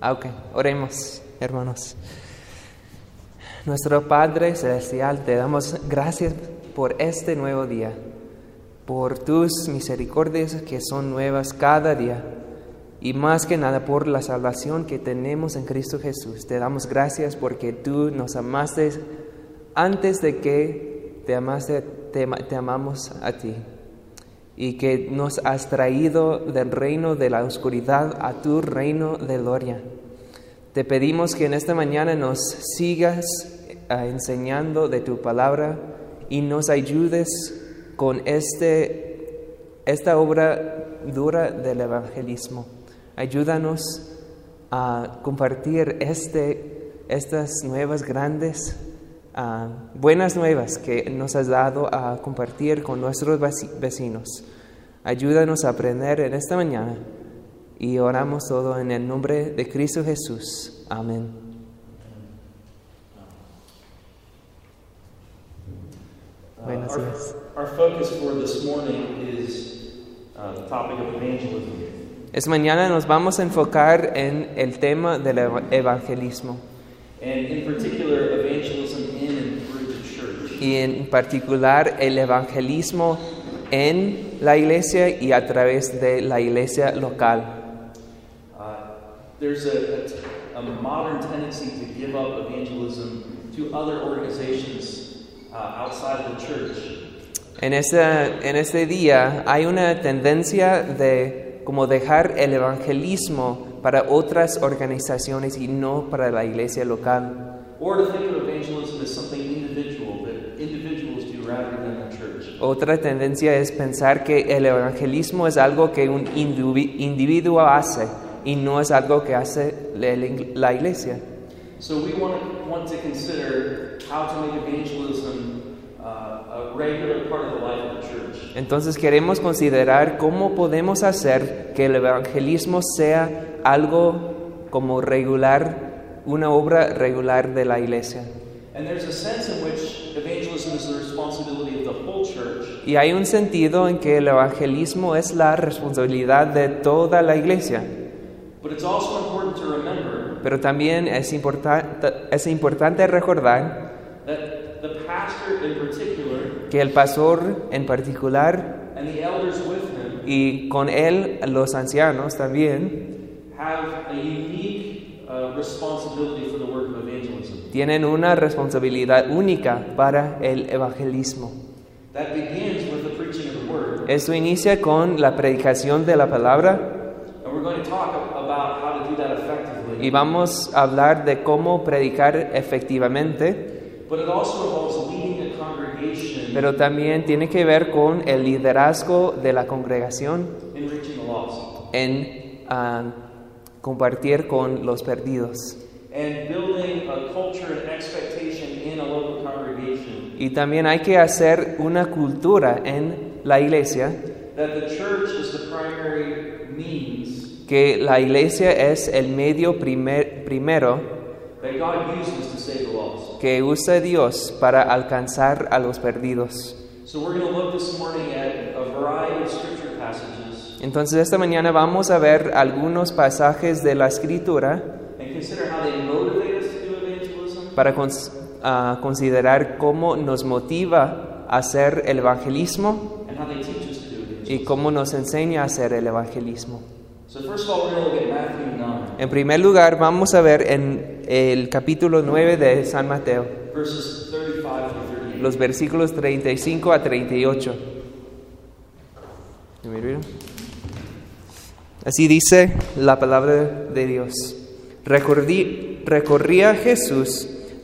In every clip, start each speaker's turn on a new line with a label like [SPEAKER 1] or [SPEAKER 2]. [SPEAKER 1] Ah, ok, oremos, hermanos. Nuestro Padre Celestial, te damos gracias por este nuevo día, por tus misericordias que son nuevas cada día y más que nada por la salvación que tenemos en Cristo Jesús. Te damos gracias porque tú nos amaste antes de que te, amaste, te, te amamos a ti y que nos has traído del reino de la oscuridad a tu reino de gloria. Te pedimos que en esta mañana nos sigas eh, enseñando de tu palabra y nos ayudes con este, esta obra dura del evangelismo. Ayúdanos a compartir este, estas nuevas grandes Uh, buenas nuevas que nos has dado a compartir con nuestros vecinos. Ayúdanos a aprender en esta mañana y oramos todo en el nombre de Cristo Jesús. Amén.
[SPEAKER 2] Uh, Buenos días. Our, our focus for this morning is uh, the topic of evangelism.
[SPEAKER 1] Esta mañana nos vamos a enfocar en el tema del evangelismo.
[SPEAKER 2] And in particular, evangelism in and through the church.
[SPEAKER 1] y en particular el evangelismo en la iglesia y a través de la iglesia local.
[SPEAKER 2] Uh, there's a, a, a modern tendency to give up evangelism to other organizations uh, outside of the church.
[SPEAKER 1] En, esa, en este día hay una tendencia de como dejar el evangelismo para otras organizaciones y no para la iglesia local. Otra tendencia es pensar que el evangelismo es algo que un individuo hace y no es algo que hace la iglesia.
[SPEAKER 2] So we want to, want to consider how to make evangelism uh, a regular part of the life of the church.
[SPEAKER 1] Entonces queremos considerar cómo podemos hacer que el evangelismo sea algo como regular una obra regular de la iglesia. Y hay un sentido en que el evangelismo es la responsabilidad de toda la iglesia. Pero también es, importante, es importante recordar que el pastor en particular y con él los ancianos también
[SPEAKER 2] uh, Responsibility for the work of evangelism.
[SPEAKER 1] Tienen una responsabilidad única para el evangelismo.
[SPEAKER 2] That begins with the preaching of the word.
[SPEAKER 1] Eso inicia con la predicación de la palabra. Y vamos a hablar de cómo predicar efectivamente.
[SPEAKER 2] But it also leading a congregation
[SPEAKER 1] Pero también tiene que ver con el liderazgo de la congregación
[SPEAKER 2] in reaching the lost.
[SPEAKER 1] en uh, compartir con los perdidos. Y también hay que hacer una cultura en la iglesia que la iglesia es el medio primer, primero que usa Dios para alcanzar a los perdidos. Entonces esta mañana vamos a ver algunos pasajes de la escritura para cons uh, considerar cómo nos motiva a hacer el evangelismo y cómo nos enseña a hacer el evangelismo. En primer lugar, vamos a ver en el capítulo 9 de San Mateo, los versículos 35 a 38. Así dice la palabra de Dios. Recorrí, recorría Jesús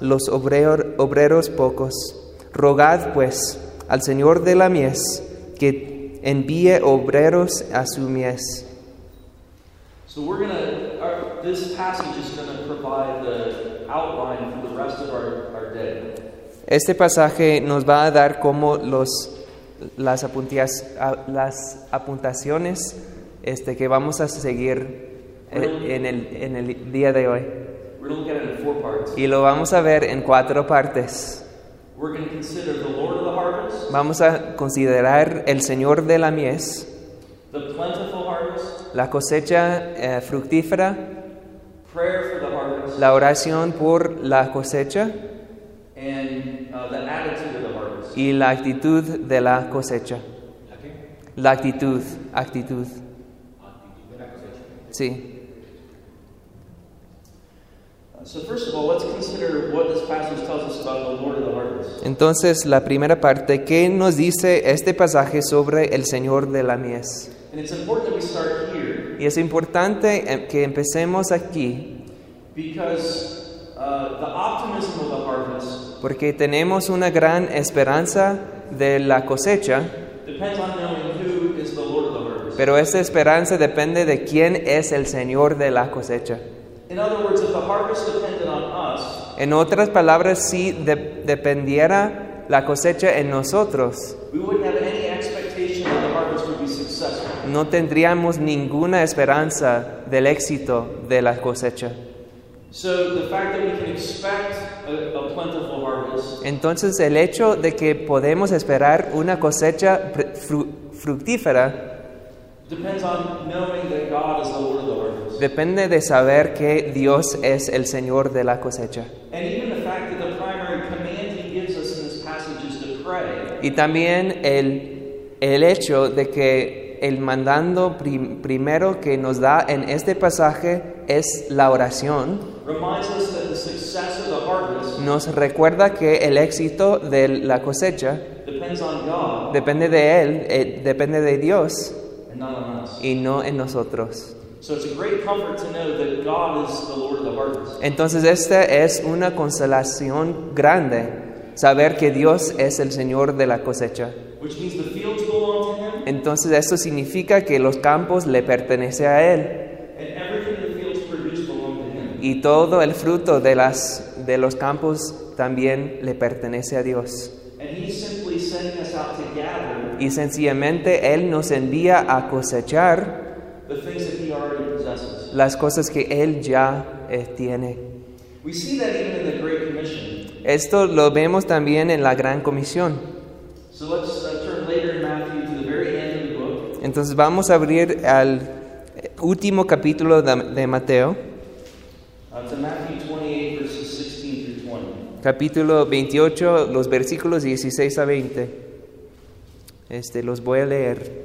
[SPEAKER 1] los obreros, obreros pocos. Rogad pues al Señor de la mies que envíe obreros a su mies.
[SPEAKER 2] So we're gonna, our, this passage is going to provide the the outline for the rest of our, our day.
[SPEAKER 1] Este pasaje nos va a dar como los, las, apuntias- a- las apuntaciones este, que vamos a seguir eh, en el, en el día de hoy.
[SPEAKER 2] We're going to look at it in four parts.
[SPEAKER 1] Y lo vamos a ver en cuatro partes.
[SPEAKER 2] We're going to consider the Lord of the harvest,
[SPEAKER 1] Vamos a considerar el Señor de la mies,
[SPEAKER 2] the plentiful harvest,
[SPEAKER 1] la cosecha eh, fructífera,
[SPEAKER 2] prayer for the harvest,
[SPEAKER 1] la oración por la cosecha
[SPEAKER 2] and uh, the attitude of the harvest.
[SPEAKER 1] y la actitud de la cosecha.
[SPEAKER 2] Okay?
[SPEAKER 1] La actitud, actitud. Sí.
[SPEAKER 2] Uh, So first of all, let's consider what this passage tells us about the Lord of the harvest.
[SPEAKER 1] Entonces, la primera parte, ¿qué nos dice este pasaje sobre el Señor de la mies?
[SPEAKER 2] And it's important that we start here
[SPEAKER 1] Y es importante eh, que empecemos aquí,
[SPEAKER 2] because uh, the optimism of the harvest
[SPEAKER 1] porque tenemos una gran esperanza de la cosecha.
[SPEAKER 2] depends on knowing who is the Lord of the harvest.
[SPEAKER 1] Pero esa esperanza depende de quién es el Señor de la cosecha.
[SPEAKER 2] In other words, if the harvest depended on us,
[SPEAKER 1] En otras palabras, si de- dependiera la cosecha en nosotros,
[SPEAKER 2] we wouldn't have any expectation that the harvest would be successful.
[SPEAKER 1] no tendríamos ninguna esperanza del éxito de la cosecha.
[SPEAKER 2] So the fact that we can expect a, a plentiful harvest
[SPEAKER 1] Entonces el hecho de que podemos esperar una cosecha pr- fru- fructífera
[SPEAKER 2] depends on knowing that God is the Lord of the harvest.
[SPEAKER 1] depende de saber que Dios es el Señor de la cosecha.
[SPEAKER 2] And even the fact that the primary command he gives us in this passage is to pray
[SPEAKER 1] Y también el, el hecho de que el mandando prim- primero que nos da en este pasaje es la oración,
[SPEAKER 2] reminds us that the success of the harvest
[SPEAKER 1] nos recuerda que el éxito de la cosecha
[SPEAKER 2] depends on God
[SPEAKER 1] depende de Él, eh, depende de Dios
[SPEAKER 2] and not on us.
[SPEAKER 1] y no en nosotros.
[SPEAKER 2] So it's a great comfort to know that God is the Lord of the harvest.
[SPEAKER 1] Entonces esta es una consolación grande, saber que Dios es el Señor de la cosecha.
[SPEAKER 2] Which means the fields belong to him
[SPEAKER 1] Entonces esto significa que los campos le pertenecen a Él.
[SPEAKER 2] and everything the fields produce belong to him.
[SPEAKER 1] y todo el fruto de, las, de los campos también le pertenece a Dios.
[SPEAKER 2] And he's simply sending us out to gather
[SPEAKER 1] Y sencillamente Él nos envía a cosechar
[SPEAKER 2] the things that he already possesses.
[SPEAKER 1] las cosas que Él ya eh, tiene.
[SPEAKER 2] We see that even in the Great Commission.
[SPEAKER 1] Esto lo vemos también en la Gran Comisión.
[SPEAKER 2] So let's uh, turn later in Matthew to the very end of the book.
[SPEAKER 1] Entonces vamos a abrir al eh, último capítulo de, de Mateo,
[SPEAKER 2] Uh, to Matthew 28, verses 16 through 20.
[SPEAKER 1] capítulo 28, los versículos 16 a 20. Este, los voy a leer.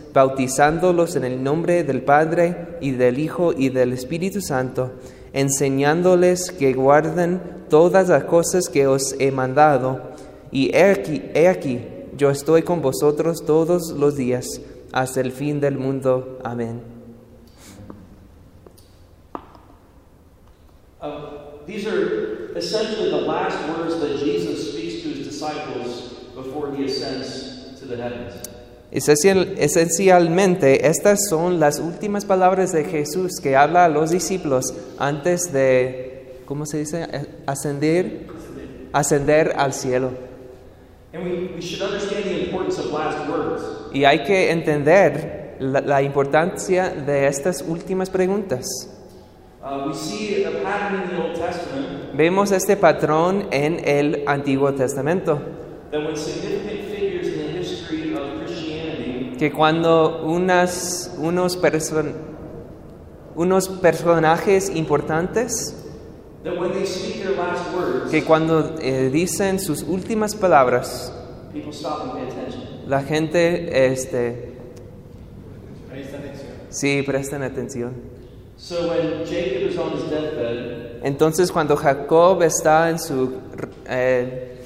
[SPEAKER 1] bautizándolos en el nombre del Padre y del Hijo y del Espíritu Santo, enseñándoles que guarden todas las cosas que os he mandado. Y he aquí, he aquí, yo estoy con vosotros todos los días, hasta el fin del mundo. Amén.
[SPEAKER 2] Uh, these are essentially the last words that Jesus speaks to his disciples before he ascends to the heavens.
[SPEAKER 1] Esencial- esencialmente, estas son las últimas palabras de Jesús que habla a los discípulos antes de, ¿cómo se dice? Ascender, ascender al cielo.
[SPEAKER 2] And we, we should understand the importance of last words.
[SPEAKER 1] Y hay que entender la- la importancia de estas últimas preguntas.
[SPEAKER 2] Uh, we see a pattern in the Old Testament
[SPEAKER 1] Vemos este patrón en el Antiguo Testamento.
[SPEAKER 2] that when significant figures in the history of Christianity
[SPEAKER 1] que cuando unas, unos, person- unos personajes importantes,
[SPEAKER 2] that when they speak their last words,
[SPEAKER 1] que cuando eh, dicen sus últimas palabras,
[SPEAKER 2] people stop and pay attention.
[SPEAKER 1] la gente, este, sí, presten atención.
[SPEAKER 2] So when Jacob is on his deathbed,
[SPEAKER 1] Entonces, cuando Jacob está en su eh,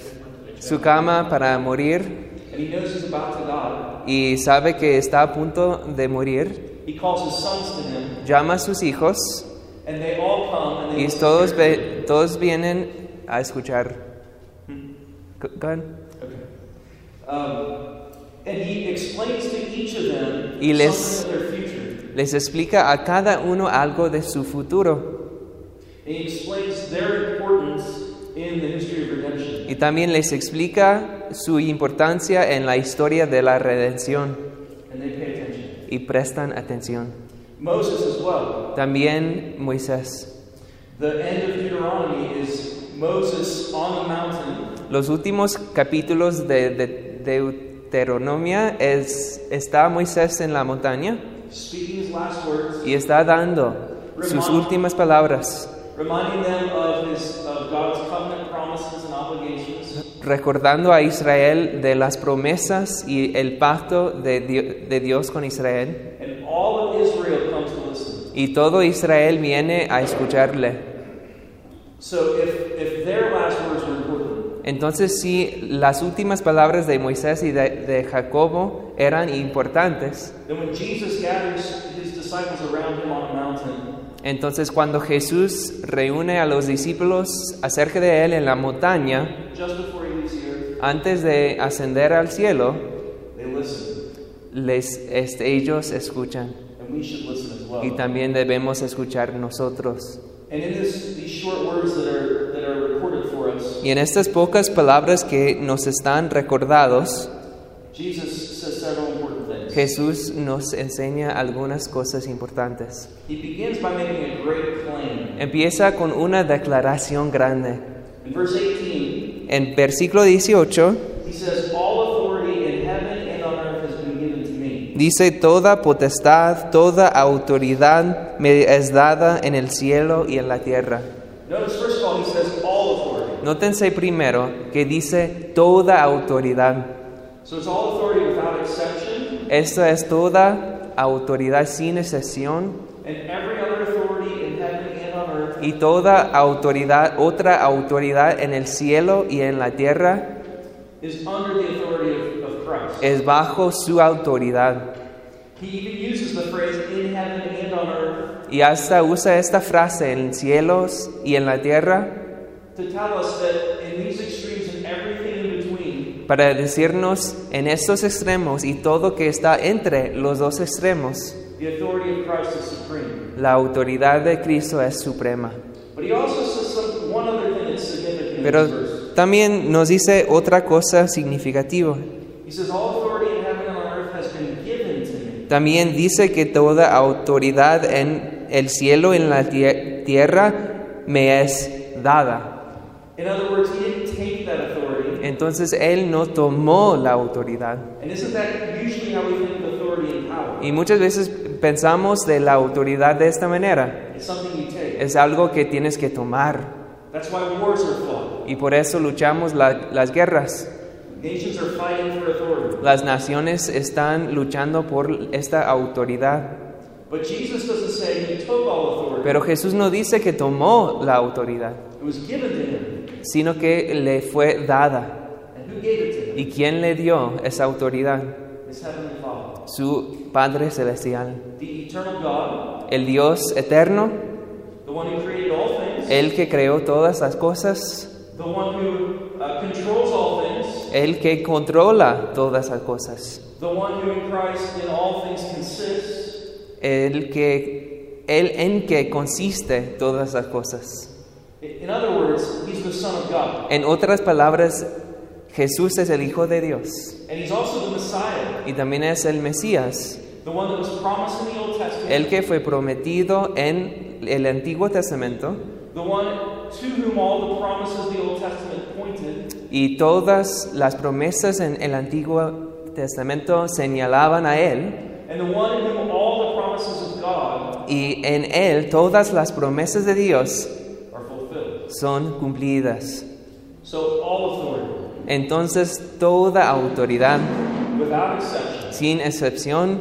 [SPEAKER 1] su cama para morir
[SPEAKER 2] and he knows he's about to die.
[SPEAKER 1] y sabe que está a punto de morir,
[SPEAKER 2] He calls his sons to him,
[SPEAKER 1] llama a sus hijos
[SPEAKER 2] and they all come and they
[SPEAKER 1] y
[SPEAKER 2] listen
[SPEAKER 1] todos,
[SPEAKER 2] carefully.
[SPEAKER 1] ve- todos vienen a escuchar. Go- go on.
[SPEAKER 2] Okay. Um, and he explains to each of them
[SPEAKER 1] Y les-
[SPEAKER 2] something of their future.
[SPEAKER 1] Les explica a cada uno algo de su futuro
[SPEAKER 2] And he explains their importance in the history of redemption.
[SPEAKER 1] y también les explica su importancia en la historia de la redención
[SPEAKER 2] And they pay attention.
[SPEAKER 1] y prestan atención.
[SPEAKER 2] Moses as well.
[SPEAKER 1] También Moisés.
[SPEAKER 2] The end of Deuteronomy is Moses on the mountain
[SPEAKER 1] Los últimos capítulos de, de- Deuteronomia es, está Moisés en la montaña
[SPEAKER 2] speaking his last words,
[SPEAKER 1] y está dando sus últimas palabras,
[SPEAKER 2] reminding them of his of God's covenant promises and obligations,
[SPEAKER 1] recordando a Israel de las promesas y el pacto de, Dio- de Dios con Israel.
[SPEAKER 2] and all of Israel comes to listen.
[SPEAKER 1] Y todo Israel viene a escucharle.
[SPEAKER 2] So if if their last words were important,
[SPEAKER 1] Entonces si las últimas palabras de Moisés y de, de Jacobo eran importantes,
[SPEAKER 2] then when Jesus gathers his disciples around him on a mountain,
[SPEAKER 1] entonces cuando Jesús reúne a los discípulos acerca de él en la montaña,
[SPEAKER 2] just before he leaves the earth,
[SPEAKER 1] antes de ascender al cielo,
[SPEAKER 2] they listen,
[SPEAKER 1] les, este, ellos escuchan.
[SPEAKER 2] and we should listen as well.
[SPEAKER 1] Y también debemos escuchar nosotros.
[SPEAKER 2] And in this these short words that are that are recorded for us,
[SPEAKER 1] Y en estas pocas palabras que nos están recordados,
[SPEAKER 2] Jesus says several important things.
[SPEAKER 1] Jesús nos enseña algunas cosas importantes.
[SPEAKER 2] He begins by making a great claim.
[SPEAKER 1] Empieza con una declaración grande.
[SPEAKER 2] In verse 18,
[SPEAKER 1] En versículo 18
[SPEAKER 2] he says, All authority in heaven and on earth has been given to me.
[SPEAKER 1] dice, Toda potestad, toda autoridad me es dada en el cielo y en la tierra.
[SPEAKER 2] Notice, first of all, he says, All authority.
[SPEAKER 1] Nótense primero que dice toda autoridad.
[SPEAKER 2] So it's all authority without exception,
[SPEAKER 1] Esta es toda autoridad sin excepción
[SPEAKER 2] and every other authority in heaven and on earth
[SPEAKER 1] y toda autoridad, otra autoridad en el cielo y en la tierra
[SPEAKER 2] is under the authority of, of Christ.
[SPEAKER 1] es bajo su autoridad.
[SPEAKER 2] He even uses the phrase in heaven and on earth
[SPEAKER 1] Y hasta usa esta frase en cielos y en la tierra
[SPEAKER 2] to tell us that in these extremes and everything in between,
[SPEAKER 1] para decirnos en estos extremos y todo que está entre los dos extremos,
[SPEAKER 2] the authority of Christ is supreme.
[SPEAKER 1] la autoridad de Cristo es suprema.
[SPEAKER 2] But he also says some, one other thing that's significant
[SPEAKER 1] Pero
[SPEAKER 2] in this verse.
[SPEAKER 1] también nos dice otra cosa significativa.
[SPEAKER 2] He says, All authority in heaven and on earth has been given to me.
[SPEAKER 1] También dice que toda autoridad en el cielo y en la tie- tierra me es dada.
[SPEAKER 2] In other words, he didn't take that authority.
[SPEAKER 1] Entonces él no tomó la autoridad.
[SPEAKER 2] And isn't that usually how we think of authority and power?
[SPEAKER 1] Y muchas veces pensamos de la autoridad de esta manera.
[SPEAKER 2] It's something you take.
[SPEAKER 1] Es algo que tienes que tomar.
[SPEAKER 2] That's why wars are fought.
[SPEAKER 1] Y por eso luchamos la- las guerras.
[SPEAKER 2] Nations are fighting for authority.
[SPEAKER 1] Las naciones están luchando por esta autoridad.
[SPEAKER 2] But Jesus doesn't say he took all authority.
[SPEAKER 1] Pero Jesús no dice que tomó la autoridad,
[SPEAKER 2] It was given to him.
[SPEAKER 1] sino que le fue dada.
[SPEAKER 2] And who gave it to him?
[SPEAKER 1] ¿Y quién le dio esa autoridad?
[SPEAKER 2] His heavenly Father.
[SPEAKER 1] su Padre Celestial,
[SPEAKER 2] The eternal God,
[SPEAKER 1] el Dios eterno,
[SPEAKER 2] the one who created all things,
[SPEAKER 1] el que creó todas las cosas,
[SPEAKER 2] the one who uh, controls all things,
[SPEAKER 1] el que controla todas las cosas,
[SPEAKER 2] the one who in Christ in all things consists.
[SPEAKER 1] el que el en que consiste todas las cosas.
[SPEAKER 2] In other words, he's the Son of God.
[SPEAKER 1] En otras palabras, Jesús es el Hijo de Dios
[SPEAKER 2] And he's also the Messiah,
[SPEAKER 1] y también es el Mesías,
[SPEAKER 2] the one that was promised in the Old Testament,
[SPEAKER 1] el que fue prometido en el Antiguo Testamento
[SPEAKER 2] the one to whom all the promises of the Old Testament pointed,
[SPEAKER 1] y todas las promesas en el Antiguo Testamento señalaban a él.
[SPEAKER 2] and the one in whom all the promises of God
[SPEAKER 1] y en él todas las promesas de Dios
[SPEAKER 2] are fulfilled.
[SPEAKER 1] son cumplidas.
[SPEAKER 2] So, all authority,
[SPEAKER 1] Entonces toda autoridad,
[SPEAKER 2] without exception,
[SPEAKER 1] sin excepción,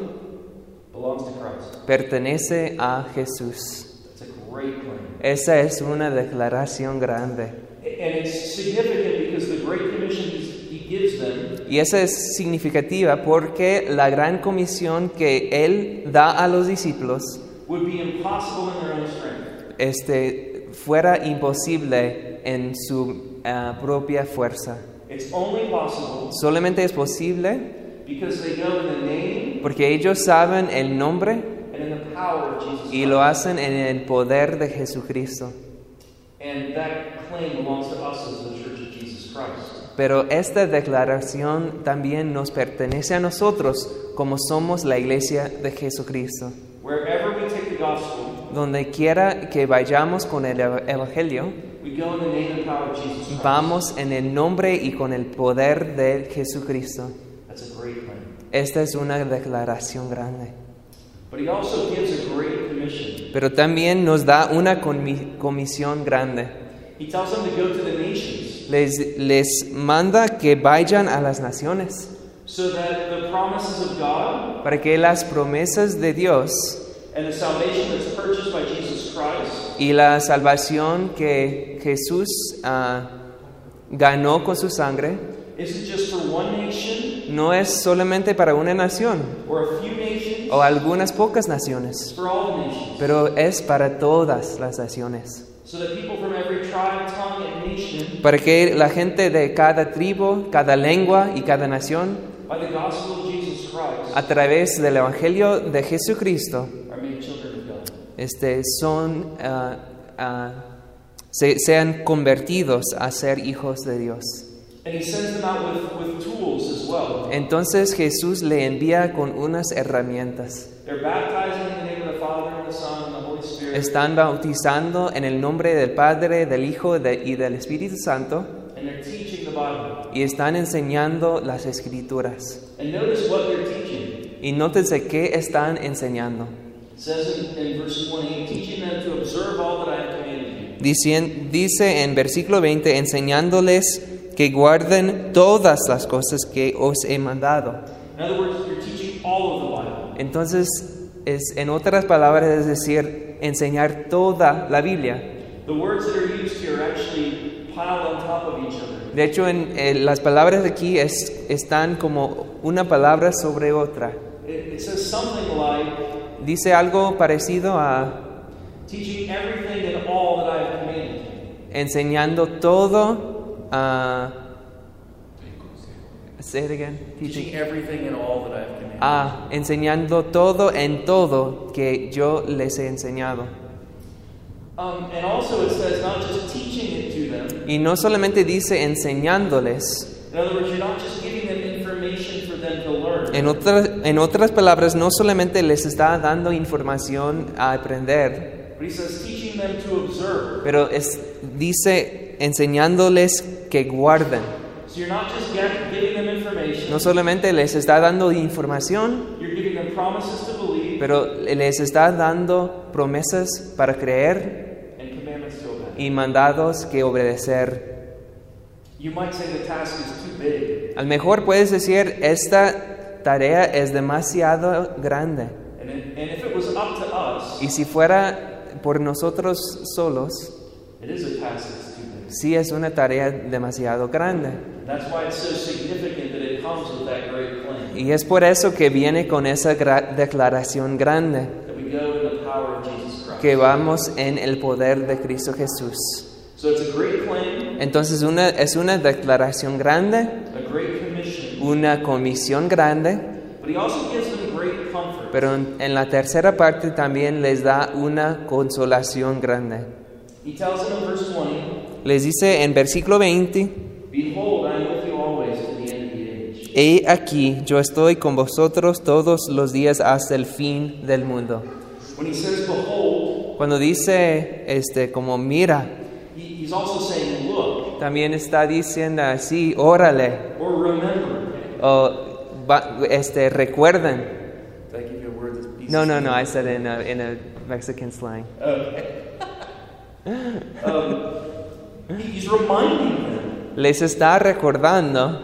[SPEAKER 2] belongs to Christ.
[SPEAKER 1] pertenece a Jesús.
[SPEAKER 2] That's a great claim.
[SPEAKER 1] Esa es una declaración grande.
[SPEAKER 2] And it's significant because the Great Commission he's Commission
[SPEAKER 1] Y esa es significativa porque la gran comisión que Él da a los discípulos
[SPEAKER 2] would be impossible in their own strength.
[SPEAKER 1] este, fuera imposible en su ah, propia fuerza.
[SPEAKER 2] It's only possible
[SPEAKER 1] Solamente es posible
[SPEAKER 2] because they go in the name
[SPEAKER 1] porque ellos saben el nombre
[SPEAKER 2] and in the power of Jesus
[SPEAKER 1] y lo
[SPEAKER 2] Christ.
[SPEAKER 1] hacen en el poder de Jesucristo.
[SPEAKER 2] And that claim belongs to us as the Church of Jesus Christ.
[SPEAKER 1] Pero esta declaración también nos pertenece a nosotros como somos la iglesia de Jesucristo.
[SPEAKER 2] Wherever we take the gospel,
[SPEAKER 1] Donde quiera que vayamos con el ev- Evangelio,
[SPEAKER 2] we go in the name and power of Jesus Christ.
[SPEAKER 1] vamos en el nombre y con el poder de Jesucristo.
[SPEAKER 2] That's a great claim.
[SPEAKER 1] Esta es una declaración grande.
[SPEAKER 2] But he also gives a great commission.
[SPEAKER 1] Pero también nos da una comi- comisión grande.
[SPEAKER 2] He tells them to go to the nations
[SPEAKER 1] Les, les manda que vayan a las naciones
[SPEAKER 2] so that the promises of God
[SPEAKER 1] para que las promesas de Dios
[SPEAKER 2] and the salvation that's purchased by Jesus Christ
[SPEAKER 1] y la salvación que Jesús ah, ganó con su sangre
[SPEAKER 2] isn't just for one nation
[SPEAKER 1] no es solamente para una nación
[SPEAKER 2] or a few nations,
[SPEAKER 1] o algunas pocas
[SPEAKER 2] it's
[SPEAKER 1] naciones,
[SPEAKER 2] for all nations.
[SPEAKER 1] pero es para todas las naciones.
[SPEAKER 2] So that people from every tribe, tongue, and nation,
[SPEAKER 1] Para que la gente de cada tribu, cada lengua y cada nación,
[SPEAKER 2] by the gospel of Jesus Christ,
[SPEAKER 1] a través del Evangelio de Jesucristo,
[SPEAKER 2] are made children of God.
[SPEAKER 1] este, son, ah, ah, se- sean convertidos a ser hijos de Dios.
[SPEAKER 2] And he sends them out with, with tools as well.
[SPEAKER 1] Entonces Jesús le envía con unas herramientas.
[SPEAKER 2] They're baptizing in the name of the Father, and the Son, and the Holy Spirit,
[SPEAKER 1] Están bautizando en el nombre del Padre, del Hijo de- y del Espíritu Santo
[SPEAKER 2] and they're teaching the Bible.
[SPEAKER 1] y están enseñando las escrituras.
[SPEAKER 2] And notice what they're teaching.
[SPEAKER 1] Y nótense qué están enseñando.
[SPEAKER 2] It says in, in verse 28, teaching them to observe all that I have commanded you.
[SPEAKER 1] Dicien- dice en versículo 20, enseñándoles que guarden todas las cosas que os he mandado.
[SPEAKER 2] In other words, you're teaching all of the Bible.
[SPEAKER 1] Entonces, es, en otras palabras, es decir, enseñar toda la Biblia.
[SPEAKER 2] The words that are used here are actually piled on top of each other.
[SPEAKER 1] De hecho, en, eh, las palabras aquí es- están como una palabra sobre otra.
[SPEAKER 2] It, it says something like,
[SPEAKER 1] Dice algo parecido a
[SPEAKER 2] teaching everything and all that I have commanded you.
[SPEAKER 1] enseñando todo a... Say it again. Teaching.
[SPEAKER 2] everything and all that I have commanded
[SPEAKER 1] Ah, enseñando todo en todo que yo les he enseñado.
[SPEAKER 2] Um, and also it says not just teaching it to them.
[SPEAKER 1] Y no solamente dice enseñándoles,
[SPEAKER 2] In other words, you're not just giving them information for them to learn.
[SPEAKER 1] en, otras en otras palabras, no solamente les está dando información a aprender,
[SPEAKER 2] But he says teaching them to observe.
[SPEAKER 1] pero es, dice enseñándoles que guarden.
[SPEAKER 2] So you're not just get- giving them information.
[SPEAKER 1] No solamente les está dando información,
[SPEAKER 2] You're giving them promises to believe
[SPEAKER 1] pero les está dando promesas para creer
[SPEAKER 2] and commandments to obey.
[SPEAKER 1] y mandados que obedecer.
[SPEAKER 2] You might say the task is too big
[SPEAKER 1] Al mejor puedes decir, esta tarea es demasiado grande.
[SPEAKER 2] And, it- and if it was up to us,
[SPEAKER 1] Y si fuera por nosotros solos,
[SPEAKER 2] it is a task that's too big.
[SPEAKER 1] sí es una tarea demasiado grande.
[SPEAKER 2] That's why it's so significant that it comes with that great claim
[SPEAKER 1] Y es por eso que viene con esa gra- declaración grande,
[SPEAKER 2] that we go in the power of Jesus Christ.
[SPEAKER 1] que vamos en el poder de Cristo Jesús.
[SPEAKER 2] So it's a great claim,
[SPEAKER 1] Entonces una, es una declaración grande,
[SPEAKER 2] a great commission,
[SPEAKER 1] una comisión grande,
[SPEAKER 2] but he also gives them great comfort.
[SPEAKER 1] Pero en en la tercera parte también les da una consolación grande.
[SPEAKER 2] He tells them in verse 20,
[SPEAKER 1] Les dice en versículo 20,
[SPEAKER 2] Behold, I am with you always to the end of the age.
[SPEAKER 1] He aquí, yo estoy con vosotros todos los días hasta el fin del mundo.
[SPEAKER 2] When he says behold,
[SPEAKER 1] Cuando dice, este, como mira,
[SPEAKER 2] he, he's also saying look
[SPEAKER 1] también está diciendo así, órale,
[SPEAKER 2] or remember.
[SPEAKER 1] o va- este, recuerden.
[SPEAKER 2] Did I give you a word that's pieces?
[SPEAKER 1] No, no, no, I said in a, in a Mexican slang.
[SPEAKER 2] He- he's reminding them
[SPEAKER 1] Les está recordando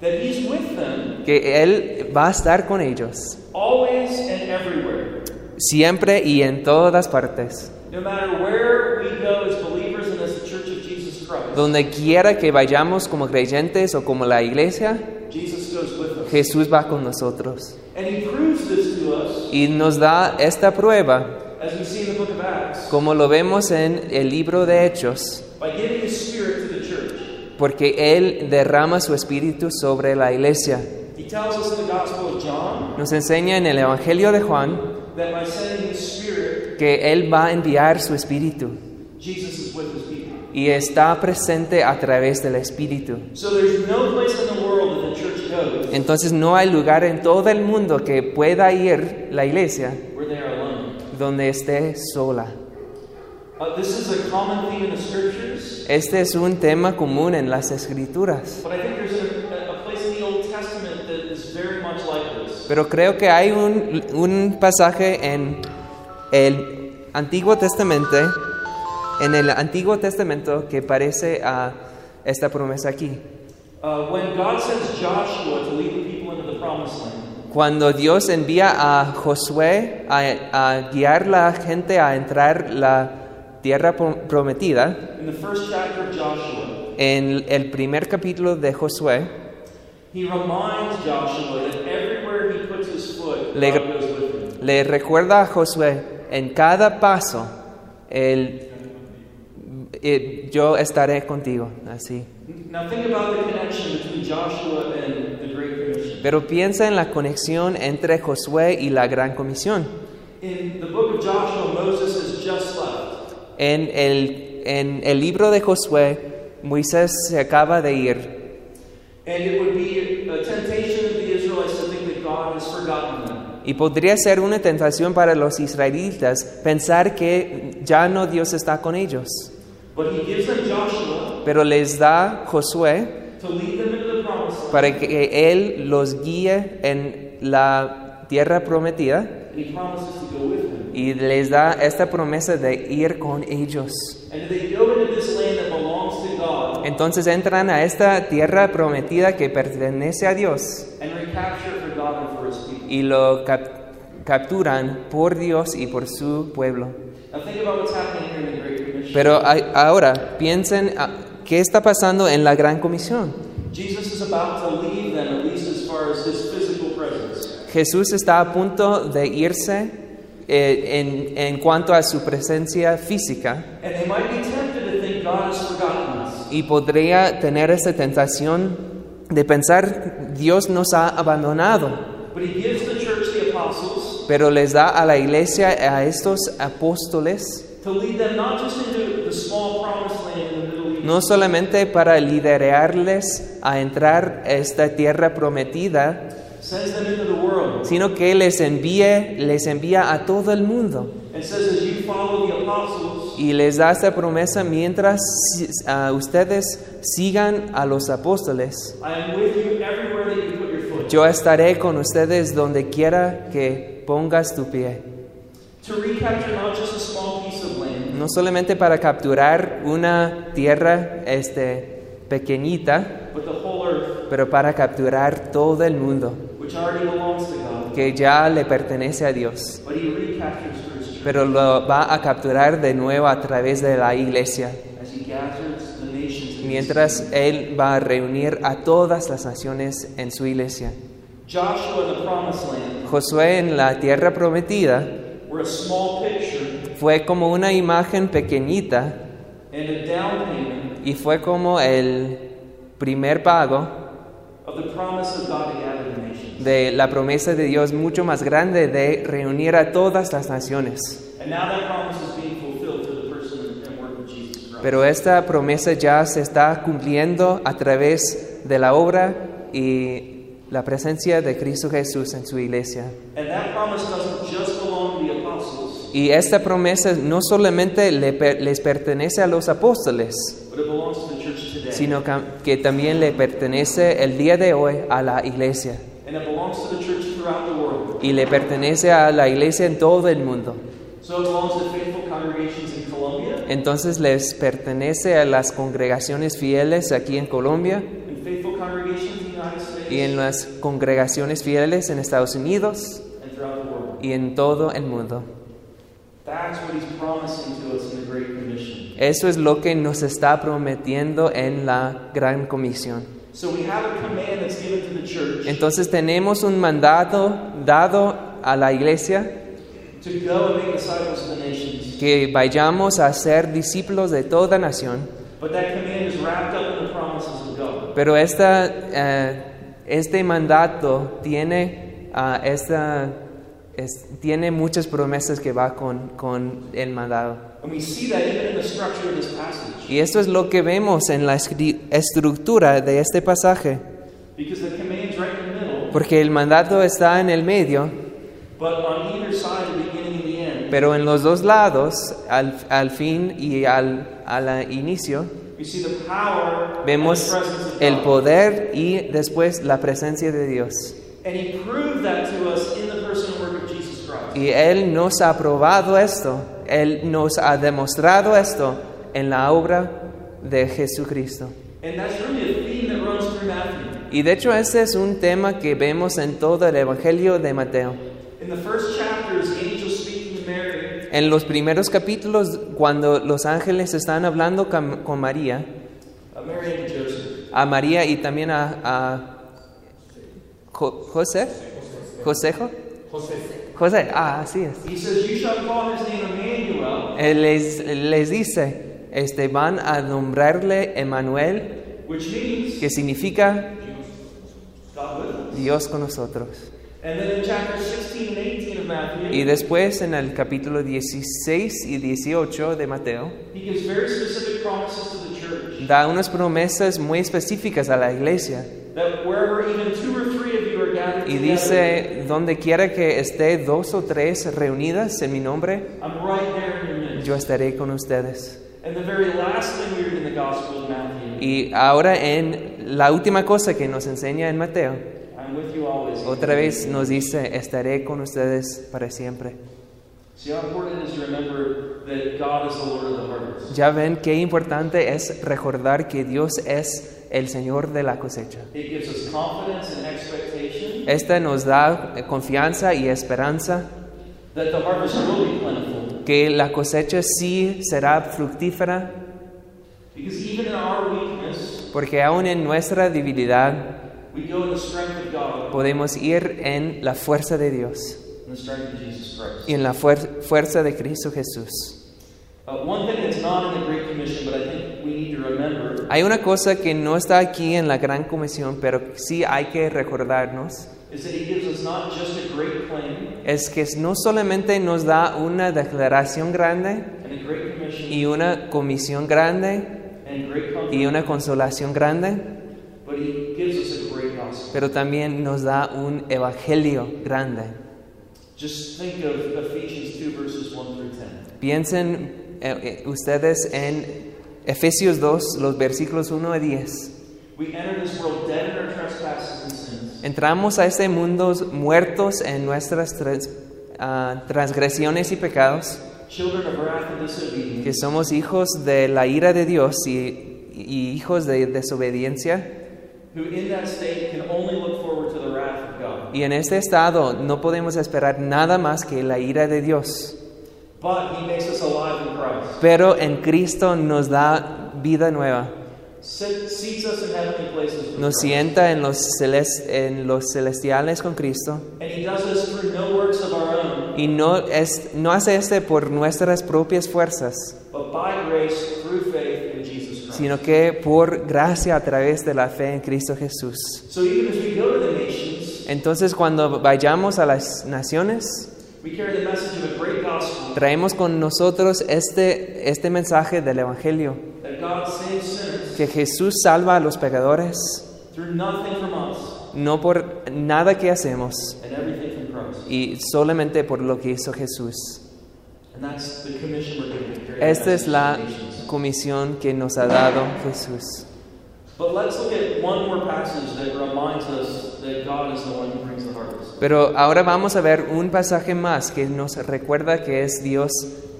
[SPEAKER 2] that he's with them
[SPEAKER 1] que Él va a estar con ellos.
[SPEAKER 2] always and everywhere.
[SPEAKER 1] siempre y en todas partes.
[SPEAKER 2] No matter where we go as believers and as the church of Jesus Christ,
[SPEAKER 1] Donde quiera que vayamos como creyentes o como la iglesia,
[SPEAKER 2] Jesus goes with us.
[SPEAKER 1] Jesús va con nosotros.
[SPEAKER 2] And he proves this to us,
[SPEAKER 1] Y nos da esta prueba,
[SPEAKER 2] as we see in the book of Acts,
[SPEAKER 1] como lo vemos en el libro de Hechos,
[SPEAKER 2] by giving his spirit to the church.
[SPEAKER 1] porque Él derrama su espíritu sobre la iglesia.
[SPEAKER 2] He tells us in the Gospel of John
[SPEAKER 1] Nos enseña en el Evangelio de Juan
[SPEAKER 2] that by sending his spirit,
[SPEAKER 1] que Él va a enviar su espíritu
[SPEAKER 2] Jesus is with his people.
[SPEAKER 1] y está presente a través del espíritu.
[SPEAKER 2] So there's no place in the world that the church goes
[SPEAKER 1] Entonces no hay lugar en todo el mundo que pueda ir la iglesia
[SPEAKER 2] where they are alone.
[SPEAKER 1] donde esté sola.
[SPEAKER 2] Uh, this is a common theme in the scriptures,
[SPEAKER 1] Este es un tema común en las escrituras,
[SPEAKER 2] but I think there's a, a place in the Old Testament that is very much like this.
[SPEAKER 1] pero creo que hay un, un pasaje en el Antiguo Testamento, en el Antiguo Testamento que parece a esta promesa aquí.
[SPEAKER 2] Uh, when God sends Joshua to lead the people into the promised land,
[SPEAKER 1] Cuando Dios envía a Josué a, a guiar la gente a entrar la tierra pro- prometida,
[SPEAKER 2] in the first chapter of Joshua,
[SPEAKER 1] en el primer capítulo de Josué,
[SPEAKER 2] he reminds Joshua that everywhere he puts his foot,
[SPEAKER 1] Le-
[SPEAKER 2] God goes with him.
[SPEAKER 1] le recuerda a Josué, en cada paso, el, eh, yo estaré contigo, así.
[SPEAKER 2] Now think about the connection between Joshua and the Great Commission.
[SPEAKER 1] Pero piensa en la conexión entre Josué y la gran comisión.
[SPEAKER 2] In the book of Joshua, Moses has just left.
[SPEAKER 1] En el, en el libro de Josué, Moisés se acaba de ir
[SPEAKER 2] And it would be a temptation of the Israelites to think that God has forgotten them.
[SPEAKER 1] y podría ser una tentación para los israelitas pensar que ya no Dios está con ellos.
[SPEAKER 2] But he gives them Joshua
[SPEAKER 1] Pero les da Josué
[SPEAKER 2] to lead them into the promised land.
[SPEAKER 1] para que Él los guíe en la tierra prometida
[SPEAKER 2] And he promises to go with them.
[SPEAKER 1] y les da esta promesa de ir con ellos.
[SPEAKER 2] And they go into this land that belongs to God
[SPEAKER 1] Entonces entran a esta tierra prometida que pertenece a Dios
[SPEAKER 2] and recapture it for God and for his people.
[SPEAKER 1] y lo cap- capturan por Dios y por su pueblo.
[SPEAKER 2] Now think about what's happening here in the Great Commission.
[SPEAKER 1] Pero a- ahora piensen ah, qué está pasando en la gran comisión.
[SPEAKER 2] Jesus is about to leave them, at least as far as his physical presence.
[SPEAKER 1] Jesús está a punto de irse eh, en- en cuanto a su presencia física.
[SPEAKER 2] And they might be tempted to think God has forgotten us.
[SPEAKER 1] y podría tener esa tentación de pensar Dios nos ha abandonado,
[SPEAKER 2] But he gives the church the apostles.
[SPEAKER 1] pero les da a la iglesia, a estos apóstoles,
[SPEAKER 2] to lead them not just into the small promised land in the Middle East,
[SPEAKER 1] no solamente para liderarles a entrar a esta tierra prometida,
[SPEAKER 2] sends them into the world,
[SPEAKER 1] sino que les envíe, les envía a todo el mundo
[SPEAKER 2] and says, as you follow the apostles,
[SPEAKER 1] y les da esta promesa mientras si- ah, ustedes sigan a los apóstoles.
[SPEAKER 2] I am with you everywhere that you put your foot.
[SPEAKER 1] Yo estaré con ustedes donde quiera que pongas tu pie.
[SPEAKER 2] To recapture not just a small piece of land,
[SPEAKER 1] no solamente para capturar una tierra este, pequeñita,
[SPEAKER 2] but the whole earth,
[SPEAKER 1] pero para capturar todo el mundo
[SPEAKER 2] which already belongs to God,
[SPEAKER 1] que ya le pertenece a Dios,
[SPEAKER 2] but he recaptures through his church
[SPEAKER 1] pero lo va a capturar de nuevo a través de la iglesia,
[SPEAKER 2] as he gathers the nations. in his
[SPEAKER 1] mientras Él va a reunir a todas las naciones en su iglesia.
[SPEAKER 2] kingdom. Joshua in the promised land
[SPEAKER 1] Josué en la tierra prometida
[SPEAKER 2] were a small picture
[SPEAKER 1] fue como una imagen pequeñita
[SPEAKER 2] and a down payment
[SPEAKER 1] y fue como el primer pago
[SPEAKER 2] of the promise of God to gather the nations.
[SPEAKER 1] de la promesa de Dios mucho más grande de reunir a todas las naciones.
[SPEAKER 2] And now that promise is being fulfilled through the person and work of Jesus Christ.
[SPEAKER 1] Pero esta promesa ya se está cumpliendo a través de la obra y la presencia de Cristo Jesús en su iglesia.
[SPEAKER 2] And that promise doesn't just belong to the apostles,
[SPEAKER 1] Y esta promesa no solamente le per- les pertenece a los apóstoles,
[SPEAKER 2] but it belongs to the church today.
[SPEAKER 1] sino cam- que también le pertenece el día de hoy a la iglesia
[SPEAKER 2] And it belongs to the church throughout the world.
[SPEAKER 1] y le pertenece a la iglesia en todo el mundo.
[SPEAKER 2] So it belongs to faithful congregations in Colombia
[SPEAKER 1] Entonces les pertenece a las congregaciones fieles aquí en Colombia,
[SPEAKER 2] and faithful congregations in the United States
[SPEAKER 1] y en las congregaciones fieles en Estados Unidos
[SPEAKER 2] and throughout the world.
[SPEAKER 1] y en todo el mundo.
[SPEAKER 2] That's what he's promising to us in the Great Commission.
[SPEAKER 1] Eso es lo que nos está prometiendo en la Gran Comisión.
[SPEAKER 2] So we have a command that's given to the church
[SPEAKER 1] Entonces tenemos un mandato dado a la iglesia
[SPEAKER 2] to go and make disciples of the nations.
[SPEAKER 1] que vayamos a ser discípulos de toda nación,
[SPEAKER 2] But that command is wrapped up in the promises of God.
[SPEAKER 1] pero esta, eh, este mandato tiene, ah, esta, es- tiene muchas promesas que va con, con el mandato.
[SPEAKER 2] And we see that even in the structure of this passage.
[SPEAKER 1] Y esto es lo que vemos en la escri- estructura de este pasaje,
[SPEAKER 2] Because the command's right in the middle,
[SPEAKER 1] porque el mandato está en el medio,
[SPEAKER 2] but on either side, the beginning and the end,
[SPEAKER 1] pero en los dos lados, al, al fin y al, al inicio,
[SPEAKER 2] we see the power
[SPEAKER 1] vemos
[SPEAKER 2] and the presence of
[SPEAKER 1] el
[SPEAKER 2] God.
[SPEAKER 1] poder y después la presencia de Dios.
[SPEAKER 2] And he proved that to us in the person and work of Jesus Christ.
[SPEAKER 1] Y Él nos ha probado esto, Él nos ha demostrado esto en la obra de Jesucristo.
[SPEAKER 2] And that's really a theme that runs through Matthew.
[SPEAKER 1] Y de hecho este es un tema que vemos en todo el Evangelio de Mateo.
[SPEAKER 2] In the first chapter is angels speaking to Mary,
[SPEAKER 1] En los primeros capítulos, cuando los ángeles están hablando con, con María,
[SPEAKER 2] uh, Mary and Joseph.
[SPEAKER 1] a María y también a, a Jo- José, José, Jo- José, ah, así es.
[SPEAKER 2] He says, You shall call his name Emmanuel,
[SPEAKER 1] Él les, les dice, este, van a nombrarle Emmanuel,
[SPEAKER 2] which means
[SPEAKER 1] que significa
[SPEAKER 2] God with us.
[SPEAKER 1] Dios con nosotros.
[SPEAKER 2] And then in chapters 16 and 18 of
[SPEAKER 1] Y
[SPEAKER 2] Matthew,
[SPEAKER 1] después en el capítulo 16 y 18 de Mateo,
[SPEAKER 2] he gives very specific promises to the church
[SPEAKER 1] da unas promesas muy específicas a la iglesia
[SPEAKER 2] that wherever even two or three of you are gathered
[SPEAKER 1] y
[SPEAKER 2] together,
[SPEAKER 1] dice, donde quiera que esté dos o tres reunidas en mi nombre,
[SPEAKER 2] I'm right there in your midst.
[SPEAKER 1] yo estaré con ustedes.
[SPEAKER 2] And the very last thing we read in the Gospel of Matthew,
[SPEAKER 1] Y ahora en la última cosa que nos enseña en Mateo,
[SPEAKER 2] I'm with you always.
[SPEAKER 1] otra vez nos dice, estaré con ustedes para siempre.
[SPEAKER 2] See how important it is to remember that God is the Lord of the harvest.
[SPEAKER 1] Ya ven qué importante es recordar que Dios es el Señor de la cosecha.
[SPEAKER 2] It gives us confidence and expectation
[SPEAKER 1] Esta nos da eh, confianza y esperanza
[SPEAKER 2] that the harvest will be plentiful.
[SPEAKER 1] que la cosecha sí será fructífera,
[SPEAKER 2] Because even in our weakness,
[SPEAKER 1] porque aún en nuestra debilidad
[SPEAKER 2] we go in the strength of God
[SPEAKER 1] podemos ir en la fuerza de Dios
[SPEAKER 2] and the strength of Jesus Christ.
[SPEAKER 1] y en la fuer- fuerza de Cristo Jesús.
[SPEAKER 2] Uh, one thing that's not in the Great Commission, but I think we need to remember,
[SPEAKER 1] Hay una cosa que no está aquí en la Gran Comisión, pero sí hay que recordarnos,
[SPEAKER 2] is that He gives us not just a great claim
[SPEAKER 1] es que no solamente nos da una declaración grande
[SPEAKER 2] and a great commission
[SPEAKER 1] y una comisión grande
[SPEAKER 2] and great
[SPEAKER 1] y
[SPEAKER 2] comfort,
[SPEAKER 1] una consolación grande,
[SPEAKER 2] but He gives us a great gospel.
[SPEAKER 1] pero también nos da un evangelio grande.
[SPEAKER 2] Just think of Ephesians 2, verses 1 through 10.
[SPEAKER 1] Piensen eh, eh, ustedes en Efesios 2, los versículos 1 a 10.
[SPEAKER 2] We enter this world dead in our trespasses and sins,
[SPEAKER 1] Entramos a este mundo muertos en nuestras trans- ah, transgresiones y pecados,
[SPEAKER 2] children of wrath and
[SPEAKER 1] que
[SPEAKER 2] disobedience,
[SPEAKER 1] somos hijos de la ira de Dios y, y hijos de desobediencia,
[SPEAKER 2] who in that state can only look forward to the wrath of God.
[SPEAKER 1] y en este estado no podemos esperar nada más que la ira de Dios.
[SPEAKER 2] But He makes us alive in Christ,
[SPEAKER 1] Pero en Cristo nos da vida nueva.
[SPEAKER 2] sit, seats us in heavenly places, with
[SPEAKER 1] nos
[SPEAKER 2] Christ.
[SPEAKER 1] sienta en los, celes- en los celestiales con Cristo
[SPEAKER 2] and He does this through no works of our own,
[SPEAKER 1] y no, es, no hace este por nuestras propias fuerzas,
[SPEAKER 2] but by grace through faith in Jesus Christ.
[SPEAKER 1] sino que por gracia a través de la fe en Cristo Jesús.
[SPEAKER 2] so even as we go to the nations,
[SPEAKER 1] Entonces cuando vayamos a las naciones,
[SPEAKER 2] we carry the message of a great gospel
[SPEAKER 1] traemos con nosotros este, este mensaje del Evangelio,
[SPEAKER 2] that God saves sinners
[SPEAKER 1] que Jesús salva a los pecadores,
[SPEAKER 2] through nothing from us
[SPEAKER 1] no por nada que hacemos,
[SPEAKER 2] and everything from Christ.
[SPEAKER 1] y solamente por lo que hizo Jesús.
[SPEAKER 2] And that's the commission we're given to carry the
[SPEAKER 1] Esta es
[SPEAKER 2] message
[SPEAKER 1] la
[SPEAKER 2] to the nations.
[SPEAKER 1] comisión que nos ha dado Jesús.
[SPEAKER 2] But let's look at one more passage that reminds us that God is the one who brings the harvest.
[SPEAKER 1] Pero ahora vamos a ver un pasaje más que nos recuerda que es Dios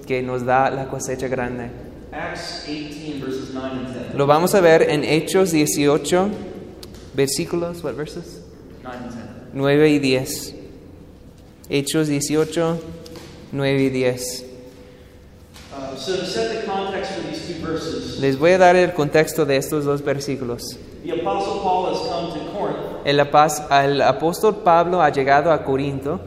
[SPEAKER 1] que nos da la cosecha grande.
[SPEAKER 2] Acts 18, verses 9 and 10.
[SPEAKER 1] Lo vamos a ver en Hechos 18, versículos, what verses?
[SPEAKER 2] 9 and 10.
[SPEAKER 1] 9 y 10. Hechos 18, 9 y 10.
[SPEAKER 2] Uh, so to set the context for these two verses,
[SPEAKER 1] Les voy a dar el contexto de estos dos versículos.
[SPEAKER 2] The Apostle Paul has come to Corinth,
[SPEAKER 1] El, apás- el apóstol Pablo ha llegado a Corinto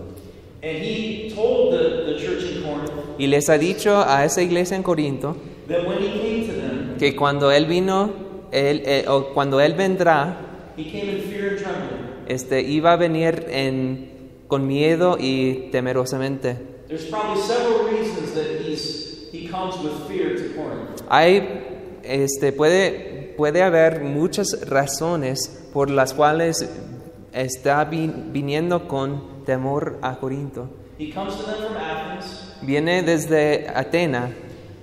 [SPEAKER 2] and he told the, the church in Corinth
[SPEAKER 1] y les ha dicho a esa iglesia en Corinto
[SPEAKER 2] that when he came to them,
[SPEAKER 1] que cuando él vino, él, eh, o cuando él vendrá,
[SPEAKER 2] he came in fear and trembling.
[SPEAKER 1] este, iba a venir en- con miedo y temerosamente.
[SPEAKER 2] There's probably several reasons that he's, he comes with fear to Corinth.
[SPEAKER 1] Hay, este, puede, puede haber muchas razones por las cuales está vin- viniendo con temor a Corinto.
[SPEAKER 2] He comes to them from Athens,
[SPEAKER 1] Viene desde Atenas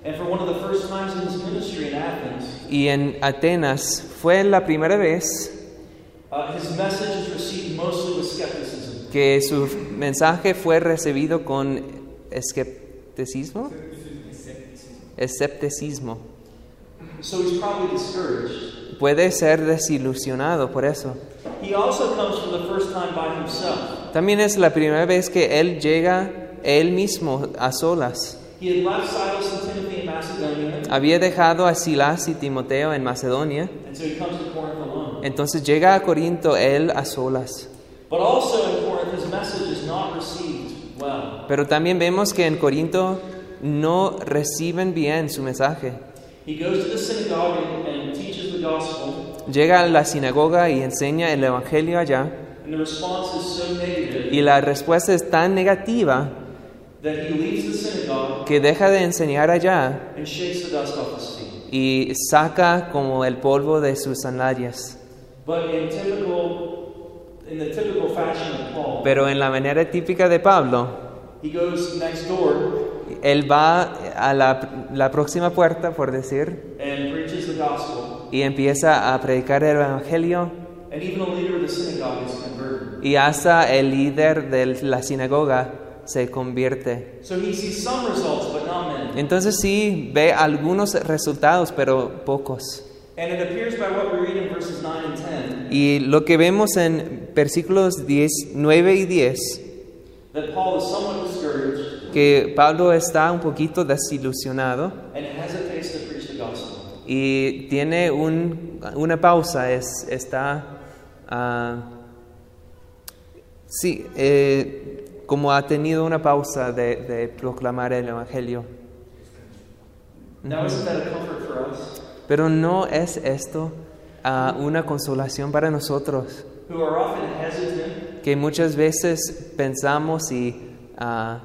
[SPEAKER 2] and for one of the first times in his ministry in Athens,
[SPEAKER 1] y en Atenas fue la primera vez
[SPEAKER 2] uh, his message is received mostly with skepticism.
[SPEAKER 1] que su mensaje fue recibido con escepticismo. Escepticismo.
[SPEAKER 2] So he's probably discouraged.
[SPEAKER 1] Puede ser desilusionado por eso.
[SPEAKER 2] He also comes for the first time by himself.
[SPEAKER 1] También es la primera vez que él llega él mismo a solas.
[SPEAKER 2] He had left Silas and Timothy in Macedonia,
[SPEAKER 1] Había dejado a Silas y Timoteo en Macedonia,
[SPEAKER 2] and so he comes to Corinth alone.
[SPEAKER 1] entonces llega a Corinto él a solas.
[SPEAKER 2] But also in Corinth, his message is not received well.
[SPEAKER 1] Pero también vemos que en Corinto no reciben bien su mensaje.
[SPEAKER 2] He goes to the synagogue and, and teaches the gospel,
[SPEAKER 1] Llega a la sinagoga y enseña el Evangelio allá,
[SPEAKER 2] and the response is so negative
[SPEAKER 1] y la respuesta es tan negativa
[SPEAKER 2] that he leaves the synagogue
[SPEAKER 1] que deja de enseñar allá
[SPEAKER 2] and shakes the dust off his feet.
[SPEAKER 1] y saca como el polvo de sus sandalias.
[SPEAKER 2] But in typical, in the typical fashion of Paul,
[SPEAKER 1] Pero en la manera típica de Pablo,
[SPEAKER 2] he goes next door
[SPEAKER 1] él va a la, la próxima puerta, por decir,
[SPEAKER 2] and preaches the gospel,
[SPEAKER 1] y empieza a predicar el Evangelio
[SPEAKER 2] and even the leader of the synagogue is converted.
[SPEAKER 1] y hasta el líder de la sinagoga se convierte.
[SPEAKER 2] So he sees some results, but not many.
[SPEAKER 1] Entonces sí ve algunos resultados, pero pocos.
[SPEAKER 2] And it appears by what we read in verses 9 and 10
[SPEAKER 1] Y lo que vemos en versículos 10, 9 y 10,
[SPEAKER 2] that Paul is somewhat discouraged
[SPEAKER 1] que Pablo está un poquito desilusionado
[SPEAKER 2] and hesitates to preach the gospel.
[SPEAKER 1] y tiene un- una pausa, es, está ah, sí, eh, como ha tenido una pausa de, de proclamar el Evangelio.
[SPEAKER 2] Now, isn't that a comfort for us
[SPEAKER 1] Pero no es esto ah, una consolación para nosotros,
[SPEAKER 2] who are often hesitant
[SPEAKER 1] que muchas veces pensamos y ah,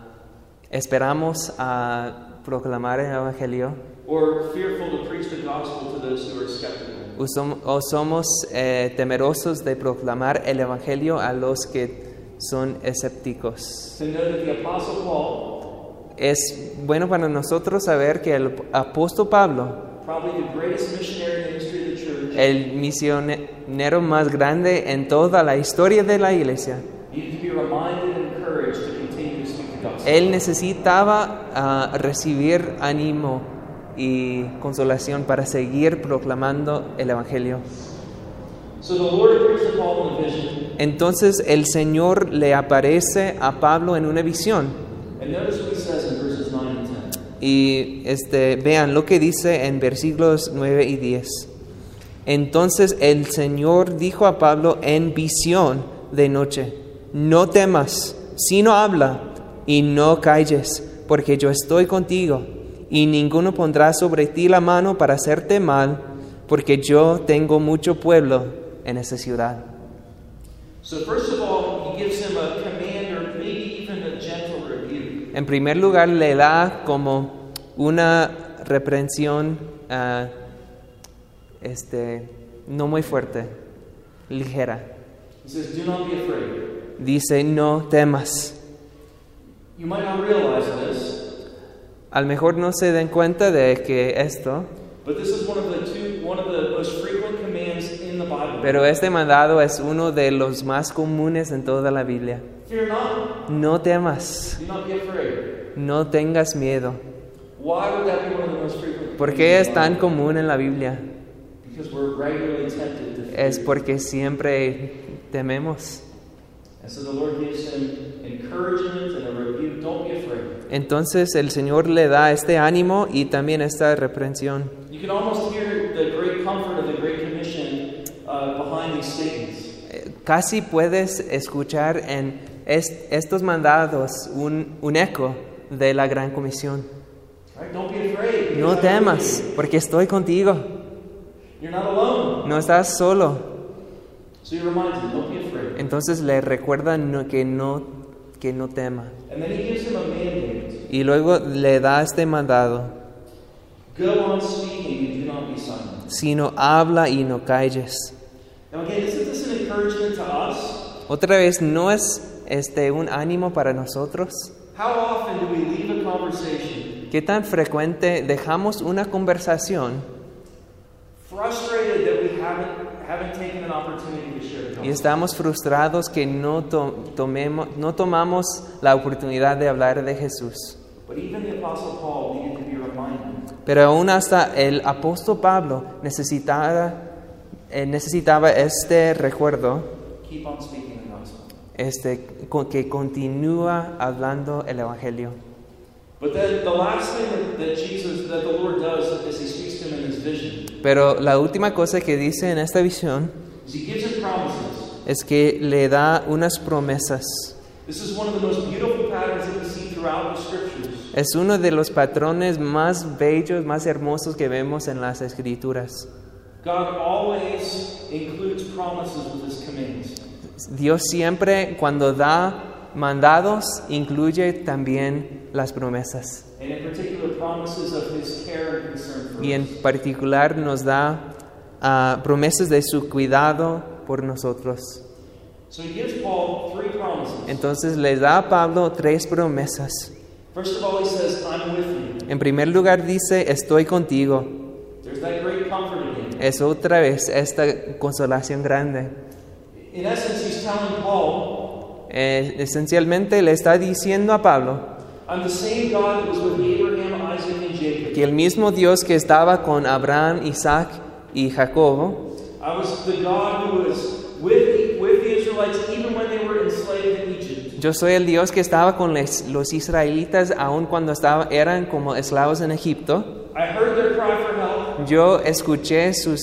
[SPEAKER 1] esperamos a proclamar el Evangelio
[SPEAKER 2] or fearful to preach the gospel to those who are skeptical?
[SPEAKER 1] o, som- o somos eh, temerosos de proclamar el Evangelio a los que son escépticos.
[SPEAKER 2] To know that the Apostle Paul,
[SPEAKER 1] Es bueno para nosotros saber que el apóstol Pablo,
[SPEAKER 2] probably the greatest missionary in the history of the church,
[SPEAKER 1] el misionero más grande en toda la historia de la iglesia,
[SPEAKER 2] needed to be reminded and encouraged to continue to speak the gospel.
[SPEAKER 1] él necesitaba ah, recibir ánimo y consolación para seguir proclamando el Evangelio.
[SPEAKER 2] So the Lord appears to Paul in a vision,
[SPEAKER 1] Entonces el Señor le aparece a Pablo en una visión.
[SPEAKER 2] and notice what he says in verses 9 and 10.
[SPEAKER 1] Y este, vean lo que dice en versículos 9 y 10. Entonces el Señor dijo a Pablo en visión de noche, no temas, sino habla y no calles, porque yo estoy contigo, y ninguno pondrá sobre ti la mano para hacerte mal, porque yo tengo mucho pueblo en esa ciudad.
[SPEAKER 2] So, first of all, he gives him a command or maybe even a gentle rebuke.
[SPEAKER 1] En primer lugar, le da como una reprensión ah, este, no muy fuerte, ligera.
[SPEAKER 2] He says, Do not be afraid.
[SPEAKER 1] Dice, no temas.
[SPEAKER 2] You might not realize this,
[SPEAKER 1] A lo mejor no se den cuenta de que esto,
[SPEAKER 2] but this is one of the two one of the most frequent commands in the Bible.
[SPEAKER 1] pero este mandado es uno de los más comunes en toda la Biblia.
[SPEAKER 2] Fear not,
[SPEAKER 1] No temas,
[SPEAKER 2] do not be afraid.
[SPEAKER 1] no tengas miedo.
[SPEAKER 2] Why would that be one of the most frequent
[SPEAKER 1] ¿Por qué
[SPEAKER 2] commands
[SPEAKER 1] es
[SPEAKER 2] in the
[SPEAKER 1] tan
[SPEAKER 2] Bible?
[SPEAKER 1] común en la Biblia?
[SPEAKER 2] Because we're regularly tempted to fear.
[SPEAKER 1] Es porque siempre tememos.
[SPEAKER 2] And so the Lord gives him encouragement and a rebuke. Don't be afraid.
[SPEAKER 1] Entonces el Señor le da este ánimo y también esta reprensión.
[SPEAKER 2] You can almost hear the great comfort of the Great Commission uh, find these statements.
[SPEAKER 1] Eh, Casi puedes escuchar en est- estos mandados un, un eco de la gran comisión.
[SPEAKER 2] Right? Don't be afraid.
[SPEAKER 1] No temas, porque estoy contigo.
[SPEAKER 2] You're not alone.
[SPEAKER 1] No estás solo.
[SPEAKER 2] So he reminds him, don't be afraid.
[SPEAKER 1] Entonces le recuerda no- que, no, que no tema.
[SPEAKER 2] And then he gives him a mandate.
[SPEAKER 1] Y luego le da este mandado,
[SPEAKER 2] Go on speaking and do not be silent.
[SPEAKER 1] sino habla y no calles.
[SPEAKER 2] Now again, isn't this an encouragement to us?
[SPEAKER 1] Otra vez, ¿no es este un ánimo para nosotros?
[SPEAKER 2] How often do we leave a conversation
[SPEAKER 1] ¿Qué tan frecuente dejamos una conversación
[SPEAKER 2] frustrated that we haven't haven't taken an opportunity to share?
[SPEAKER 1] y estamos frustrados que no, to- tomemos, no tomamos la oportunidad de hablar de Jesús?
[SPEAKER 2] But even the Apostle Paul needed to be reminded.
[SPEAKER 1] Pero aún hasta el apóstol Pablo necesitaba, eh, necesitaba este recuerdo
[SPEAKER 2] Keep on speaking the gospel.
[SPEAKER 1] este, con- que continúa hablando el Evangelio.
[SPEAKER 2] But then the last thing that, that Jesus, that the Lord does, is He speaks to him in His vision,
[SPEAKER 1] Pero la última cosa que dice en esta visión
[SPEAKER 2] is He gives him promises.
[SPEAKER 1] es que le da unas promesas.
[SPEAKER 2] This is one of the most beautiful patterns that we see throughout the Scriptures.
[SPEAKER 1] Es uno de los patrones más bellos, más hermosos que vemos en las escrituras.
[SPEAKER 2] God always includes promises with His commands.
[SPEAKER 1] Dios siempre cuando da mandados incluye también las promesas.
[SPEAKER 2] and in particular promises of his care and concern for
[SPEAKER 1] y en
[SPEAKER 2] us.
[SPEAKER 1] particular nos da ah, promesas de su cuidado por nosotros.
[SPEAKER 2] So he gives Paul three promises.
[SPEAKER 1] Entonces les da a Pablo tres promesas.
[SPEAKER 2] First of all, he says, I'm with you.
[SPEAKER 1] En primer lugar dice, estoy contigo.
[SPEAKER 2] There's that great comfort again.
[SPEAKER 1] Es otra vez esta consolación grande.
[SPEAKER 2] In essence, he's telling Paul,
[SPEAKER 1] Eh, esencialmente le está diciendo a Pablo
[SPEAKER 2] I'm the same God that was with Abraham, Isaac, and Jacob.
[SPEAKER 1] que el mismo Dios que estaba con Abraham, Isaac y Jacobo,
[SPEAKER 2] I was the God who was with the, with the Israelites even when they were enslaved in Egypt.
[SPEAKER 1] yo soy el Dios que estaba con les- los israelitas aun cuando estaba- eran como esclavos en Egipto.
[SPEAKER 2] I heard their cry for help.
[SPEAKER 1] Yo escuché sus,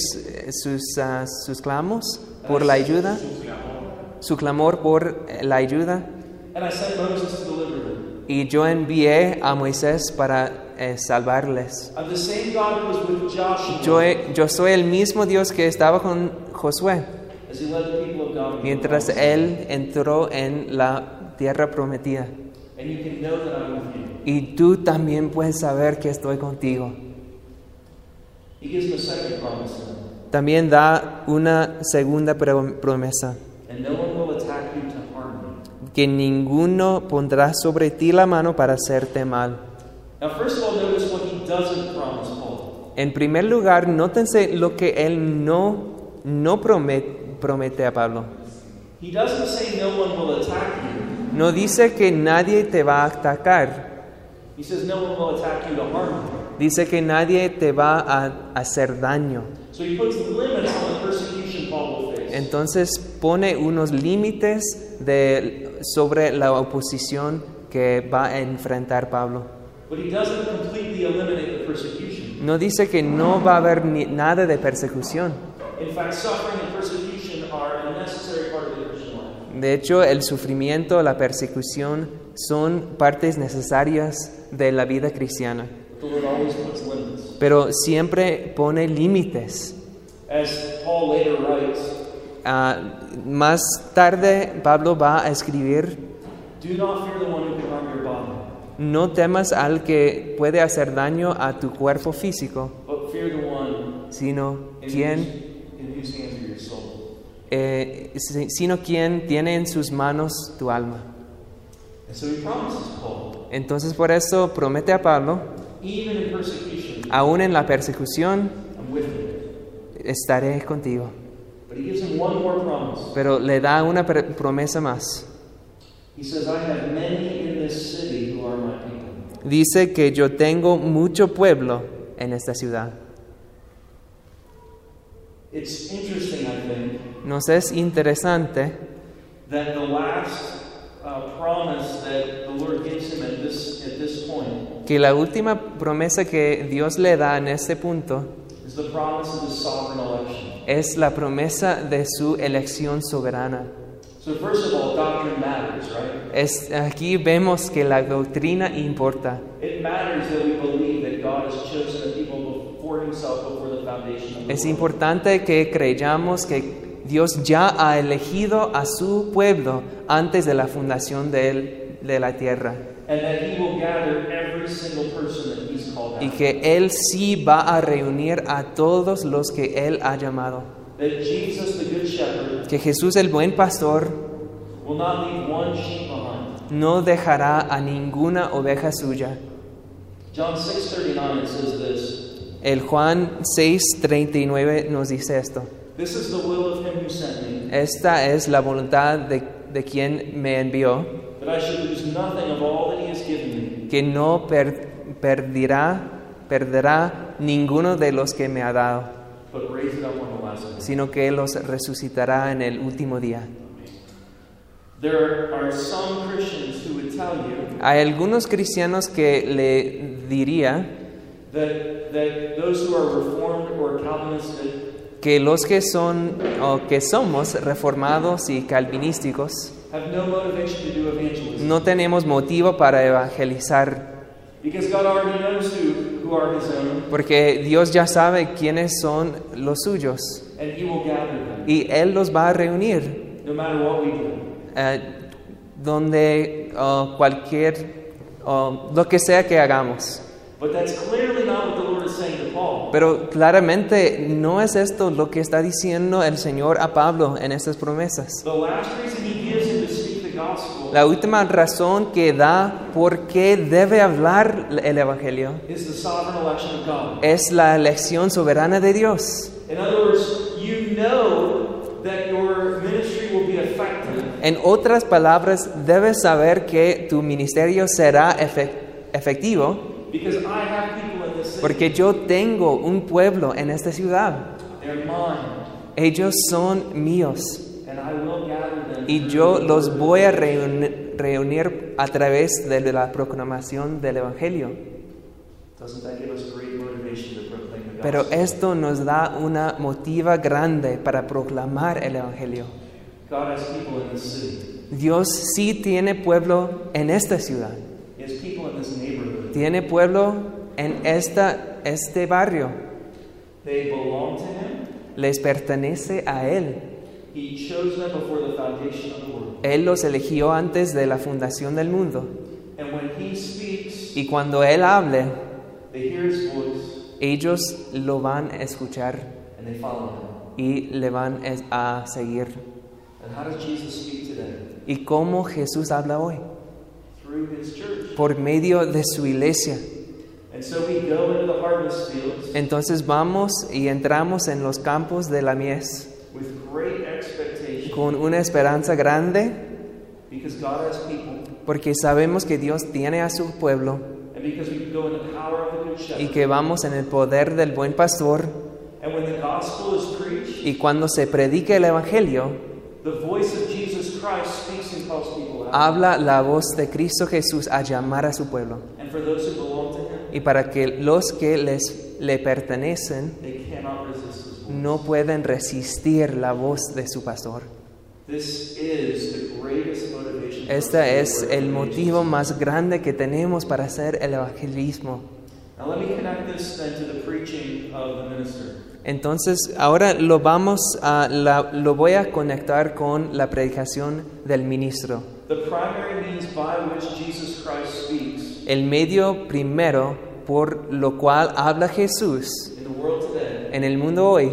[SPEAKER 1] sus, ah, sus clamos por la ayuda, su clamor por la ayuda,
[SPEAKER 2] And I sent Moses to deliver them.
[SPEAKER 1] y yo envié a Moisés para eh, salvarles.
[SPEAKER 2] I'm the same God who was with Joshua
[SPEAKER 1] Yo, eh. he- yo soy el mismo Dios que estaba con Josué
[SPEAKER 2] as he led the people of God. into the
[SPEAKER 1] mientras eh.
[SPEAKER 2] promised
[SPEAKER 1] él entró en la tierra prometida.
[SPEAKER 2] And you can know that I'm with you.
[SPEAKER 1] Y tú también puedes saber que estoy contigo.
[SPEAKER 2] He gives him a second promise to him.
[SPEAKER 1] También da una segunda pro- promesa,
[SPEAKER 2] And no one will attack you to harm you.
[SPEAKER 1] que ninguno pondrá sobre ti la mano para hacerte mal.
[SPEAKER 2] Now, first of all, notice what he doesn't promise Paul.
[SPEAKER 1] En primer lugar, nótense lo que él no, no promet- promete a Pablo.
[SPEAKER 2] He doesn't say no one will attack you.
[SPEAKER 1] No dice que nadie te va a atacar,
[SPEAKER 2] He says no one will attack you to harm you.
[SPEAKER 1] dice que nadie te va a hacer daño.
[SPEAKER 2] So he puts limits on the persecution Paul will face.
[SPEAKER 1] Entonces pone unos límites de- sobre la oposición que va a enfrentar Pablo.
[SPEAKER 2] but he doesn't completely eliminate the persecution.
[SPEAKER 1] No dice que no va a haber ni- nada de persecución.
[SPEAKER 2] In fact, suffering and persecution are a necessary part of the Christian life.
[SPEAKER 1] De hecho, el sufrimiento, la persecución son partes necesarias de la vida cristiana.
[SPEAKER 2] But the Lord always puts limits.
[SPEAKER 1] pero siempre pone límites.
[SPEAKER 2] As Paul later writes,
[SPEAKER 1] Ah, más tarde Pablo va a escribir,
[SPEAKER 2] do not fear the one who can harm your body.
[SPEAKER 1] no temas al que puede hacer daño a tu cuerpo físico,
[SPEAKER 2] But fear the one
[SPEAKER 1] sino
[SPEAKER 2] in,
[SPEAKER 1] quien,
[SPEAKER 2] whose, in whose hands are your soul.
[SPEAKER 1] eh, si- sino quien tiene en sus manos tu alma.
[SPEAKER 2] And so he promises Paul,
[SPEAKER 1] Entonces por eso promete a Pablo,
[SPEAKER 2] even in persecution,
[SPEAKER 1] aún en la persecución
[SPEAKER 2] I'm with you.
[SPEAKER 1] estaré contigo.
[SPEAKER 2] But he gives him one more promise.
[SPEAKER 1] Pero le da una pr- promesa más.
[SPEAKER 2] He says, I have many in this city who are my people.
[SPEAKER 1] Dice que yo tengo mucho pueblo en esta ciudad.
[SPEAKER 2] It's interesting, I think,
[SPEAKER 1] Nos es interesante
[SPEAKER 2] that the last uh, promise that the Lord gives him at this, at this point
[SPEAKER 1] que la última promesa que Dios le da en este punto
[SPEAKER 2] is the promise of his sovereign election.
[SPEAKER 1] es la promesa de su elección soberana.
[SPEAKER 2] So, first of all, doctrine matters, right?
[SPEAKER 1] Es, aquí vemos que la doctrina importa.
[SPEAKER 2] It matters that we believe that God has chosen a people for himself before the foundation of the
[SPEAKER 1] Es
[SPEAKER 2] world.
[SPEAKER 1] importante que creyamos que Dios ya ha elegido a su pueblo antes de la fundación de, él- de la tierra
[SPEAKER 2] And that he will gather every single person that he's called
[SPEAKER 1] y
[SPEAKER 2] out.
[SPEAKER 1] que Él sí va a reunir a todos los que Él ha llamado.
[SPEAKER 2] That Jesus, the Good Shepherd,
[SPEAKER 1] Que Jesús el buen pastor
[SPEAKER 2] will not leave one sheep behind.
[SPEAKER 1] no dejará a ninguna oveja suya.
[SPEAKER 2] John 6.39, it says this,
[SPEAKER 1] El Juan 6:39 nos dice esto.
[SPEAKER 2] This is the will of him who sent me,
[SPEAKER 1] Esta es la voluntad de, de quien me envió,
[SPEAKER 2] that I should lose nothing of all that he has given me,
[SPEAKER 1] que no per- perdirá, perderá ninguno de los que me ha dado.
[SPEAKER 2] but raise it up on the last day.
[SPEAKER 1] sino que los resucitará en el último día.
[SPEAKER 2] There are some Christians who would tell you
[SPEAKER 1] Hay algunos cristianos que le diría
[SPEAKER 2] that, that those who are Reformed or Calvinistic
[SPEAKER 1] que los que son o que somos reformados y calvinísticos
[SPEAKER 2] have no motivation to do evangelism
[SPEAKER 1] no tenemos motivo para evangelizar
[SPEAKER 2] because God already knows who, who are his own
[SPEAKER 1] porque Dios ya sabe quiénes son los suyos
[SPEAKER 2] and he will gather them
[SPEAKER 1] y Él los va a reunir
[SPEAKER 2] no matter what we do.
[SPEAKER 1] eh, donde oh, cualquier, oh, lo que sea que hagamos.
[SPEAKER 2] But that's clearly not what the Lord is saying to Paul.
[SPEAKER 1] Pero claramente no es esto lo que está diciendo el Señor a Pablo en estas promesas.
[SPEAKER 2] The last reason he gives him to speak the gospel
[SPEAKER 1] La última razón que da por qué debe hablar el Evangelio
[SPEAKER 2] is the sovereign election of God.
[SPEAKER 1] es la elección soberana de Dios.
[SPEAKER 2] In other words, you know that your ministry will be effective
[SPEAKER 1] En otras palabras, debes saber que tu ministerio será efe- efectivo
[SPEAKER 2] because I have people in this city.
[SPEAKER 1] porque yo tengo un pueblo en esta ciudad.
[SPEAKER 2] They're mine,
[SPEAKER 1] Ellos son míos
[SPEAKER 2] and I will gather them.
[SPEAKER 1] y yo los voy a reuni- reunir a través de la proclamación del Evangelio.
[SPEAKER 2] Doesn't that give us great motivation to proclaim the
[SPEAKER 1] Pero
[SPEAKER 2] gospel?
[SPEAKER 1] esto nos da una motiva grande para proclamar el Evangelio.
[SPEAKER 2] God has people in this city.
[SPEAKER 1] Dios sí tiene pueblo en esta ciudad,
[SPEAKER 2] He has people in this neighborhood.
[SPEAKER 1] tiene pueblo en esta, este barrio,
[SPEAKER 2] They belong to Him.
[SPEAKER 1] les pertenece a Él.
[SPEAKER 2] He chose them before the foundation of the world.
[SPEAKER 1] Él los eligió antes de la fundación del mundo.
[SPEAKER 2] And when He speaks,
[SPEAKER 1] Y cuando Él hable,
[SPEAKER 2] they hear His voice
[SPEAKER 1] ellos lo van a escuchar
[SPEAKER 2] and they follow
[SPEAKER 1] y le van es- a seguir.
[SPEAKER 2] Him. And how does Jesus speak today?
[SPEAKER 1] ¿Y cómo Jesús habla hoy?
[SPEAKER 2] Through His church.
[SPEAKER 1] Por medio de su iglesia.
[SPEAKER 2] And so we go into the harvest fields
[SPEAKER 1] Entonces vamos y entramos en los campos de la mies
[SPEAKER 2] with great expectation
[SPEAKER 1] con una esperanza grande
[SPEAKER 2] because God has people
[SPEAKER 1] porque sabemos que Dios tiene a su pueblo
[SPEAKER 2] and because we can go in the power of the Good
[SPEAKER 1] y
[SPEAKER 2] Shepherd.
[SPEAKER 1] que vamos en el poder del buen pastor
[SPEAKER 2] And when the gospel is preached,
[SPEAKER 1] y cuando se predica el Evangelio,
[SPEAKER 2] the voice of Jesus Christ speaks and calls people out.
[SPEAKER 1] habla la voz de Cristo Jesús a llamar a su pueblo
[SPEAKER 2] And for those who belong to Him,
[SPEAKER 1] y para que los que les, le pertenecen
[SPEAKER 2] they cannot resist His voice.
[SPEAKER 1] no pueden resistir la voz de su pastor.
[SPEAKER 2] This is the greatest motivation. for us
[SPEAKER 1] Este
[SPEAKER 2] to do
[SPEAKER 1] es el
[SPEAKER 2] work for nations.
[SPEAKER 1] motivo más grande que tenemos para hacer el evangelismo.
[SPEAKER 2] Now let me connect this then to the preaching of the minister.
[SPEAKER 1] Entonces, ahora lo vamos a la- lo voy a conectar con la predicación del ministro.
[SPEAKER 2] The primary means by which Jesus Christ speaks
[SPEAKER 1] El medio primero por lo cual habla Jesús
[SPEAKER 2] in the world today
[SPEAKER 1] en el mundo hoy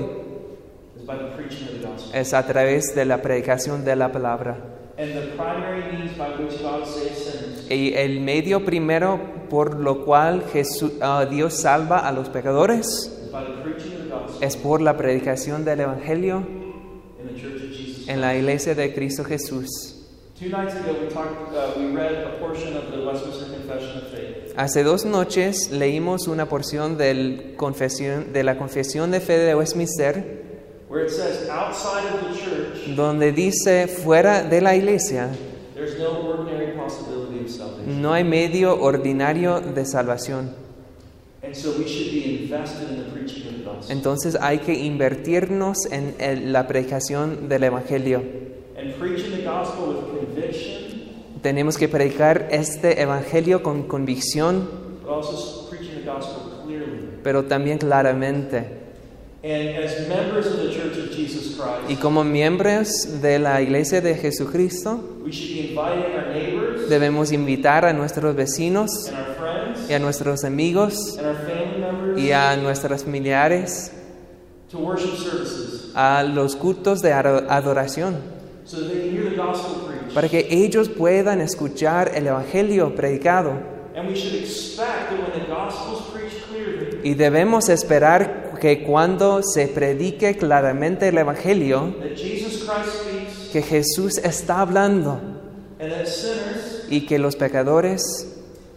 [SPEAKER 2] is by the preaching of the gospel.
[SPEAKER 1] es a través de la predicación de la palabra.
[SPEAKER 2] And the primary means by which God saves sinners
[SPEAKER 1] Y el medio primero por lo cual Jesús, ah, Dios salva a los pecadores
[SPEAKER 2] is by the preaching of the gospel
[SPEAKER 1] es por la predicación del Evangelio
[SPEAKER 2] in the church of Jesus.
[SPEAKER 1] en la iglesia de Cristo Jesús.
[SPEAKER 2] Two nights ago, we talked. Uh, we read a portion of the Westminster Confession of Faith,
[SPEAKER 1] Hace dos noches leímos una porción del confesión- de la Confesión de Fe de Westminster
[SPEAKER 2] where it says, "Outside of the church,
[SPEAKER 1] donde dice, fuera de la iglesia
[SPEAKER 2] there's no ordinary possibility of salvation."
[SPEAKER 1] no hay medio ordinario de salvación.
[SPEAKER 2] And so we should be invested in the preaching of the gospel.
[SPEAKER 1] Entonces hay que invertirnos en el- la predicación del Evangelio.
[SPEAKER 2] And preaching the gospel with conviction,
[SPEAKER 1] Tenemos que predicar este Evangelio con convicción,
[SPEAKER 2] but also s- preaching the gospel clearly.
[SPEAKER 1] pero también claramente.
[SPEAKER 2] And as members of the Church of Jesus
[SPEAKER 1] Y
[SPEAKER 2] Christ,
[SPEAKER 1] como miembros de la Iglesia de Jesucristo,
[SPEAKER 2] we should be inviting our neighbors
[SPEAKER 1] debemos invitar a nuestros vecinos
[SPEAKER 2] and our friends
[SPEAKER 1] y a nuestros amigos
[SPEAKER 2] and our family
[SPEAKER 1] y
[SPEAKER 2] members
[SPEAKER 1] a nuestras familiares
[SPEAKER 2] to worship services
[SPEAKER 1] a los cultos de ado- adoración,
[SPEAKER 2] so that they can hear the gospel preached.
[SPEAKER 1] para que ellos puedan escuchar el Evangelio predicado.
[SPEAKER 2] And we should expect that when the gospel is preached clearly,
[SPEAKER 1] Y debemos esperar que cuando se predique claramente el Evangelio,
[SPEAKER 2] that Jesus Christ speaks,
[SPEAKER 1] que Jesús está hablando
[SPEAKER 2] and that sinners
[SPEAKER 1] y que los pecadores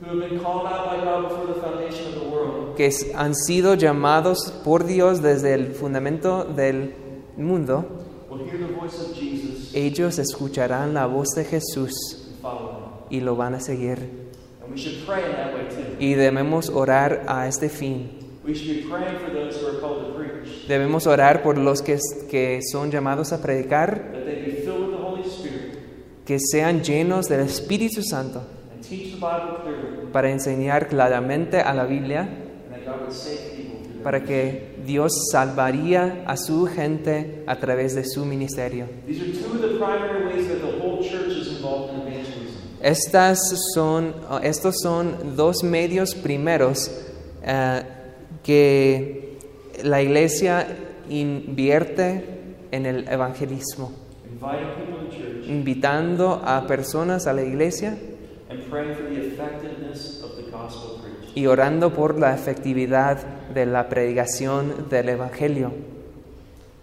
[SPEAKER 2] who have been called out by God before the foundation of the world
[SPEAKER 1] que s- han sido llamados por Dios desde el fundamento del mundo,
[SPEAKER 2] will hear the voice of Jesus
[SPEAKER 1] ellos escucharán la voz de Jesús
[SPEAKER 2] and follow
[SPEAKER 1] y lo van a seguir.
[SPEAKER 2] him. And we should pray in that way too.
[SPEAKER 1] Y debemos orar a este fin.
[SPEAKER 2] We should be praying for those who are called to preach,
[SPEAKER 1] Debemos orar por los que, s- que son llamados a predicar,
[SPEAKER 2] that they be filled with the Holy Spirit
[SPEAKER 1] que sean llenos del Espíritu Santo
[SPEAKER 2] and teach the Bible clearly,
[SPEAKER 1] para enseñar claramente a la Biblia
[SPEAKER 2] and that God would save people through them.
[SPEAKER 1] para que Dios salvaría a su gente a través de su ministerio.
[SPEAKER 2] These are two of the primary ways that the whole church is involved in evangelism.
[SPEAKER 1] Estas son, o estos son dos medios primeros eh, que la iglesia invierte en el evangelismo,
[SPEAKER 2] Inviting people to church
[SPEAKER 1] invitando a personas a la iglesia
[SPEAKER 2] and praying for the effectiveness of the gospel preached.
[SPEAKER 1] y orando por la efectividad de la predicación del evangelio.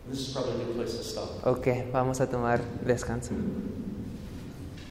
[SPEAKER 2] This is probably a good place to stop.
[SPEAKER 1] Ok, vamos a tomar descanso.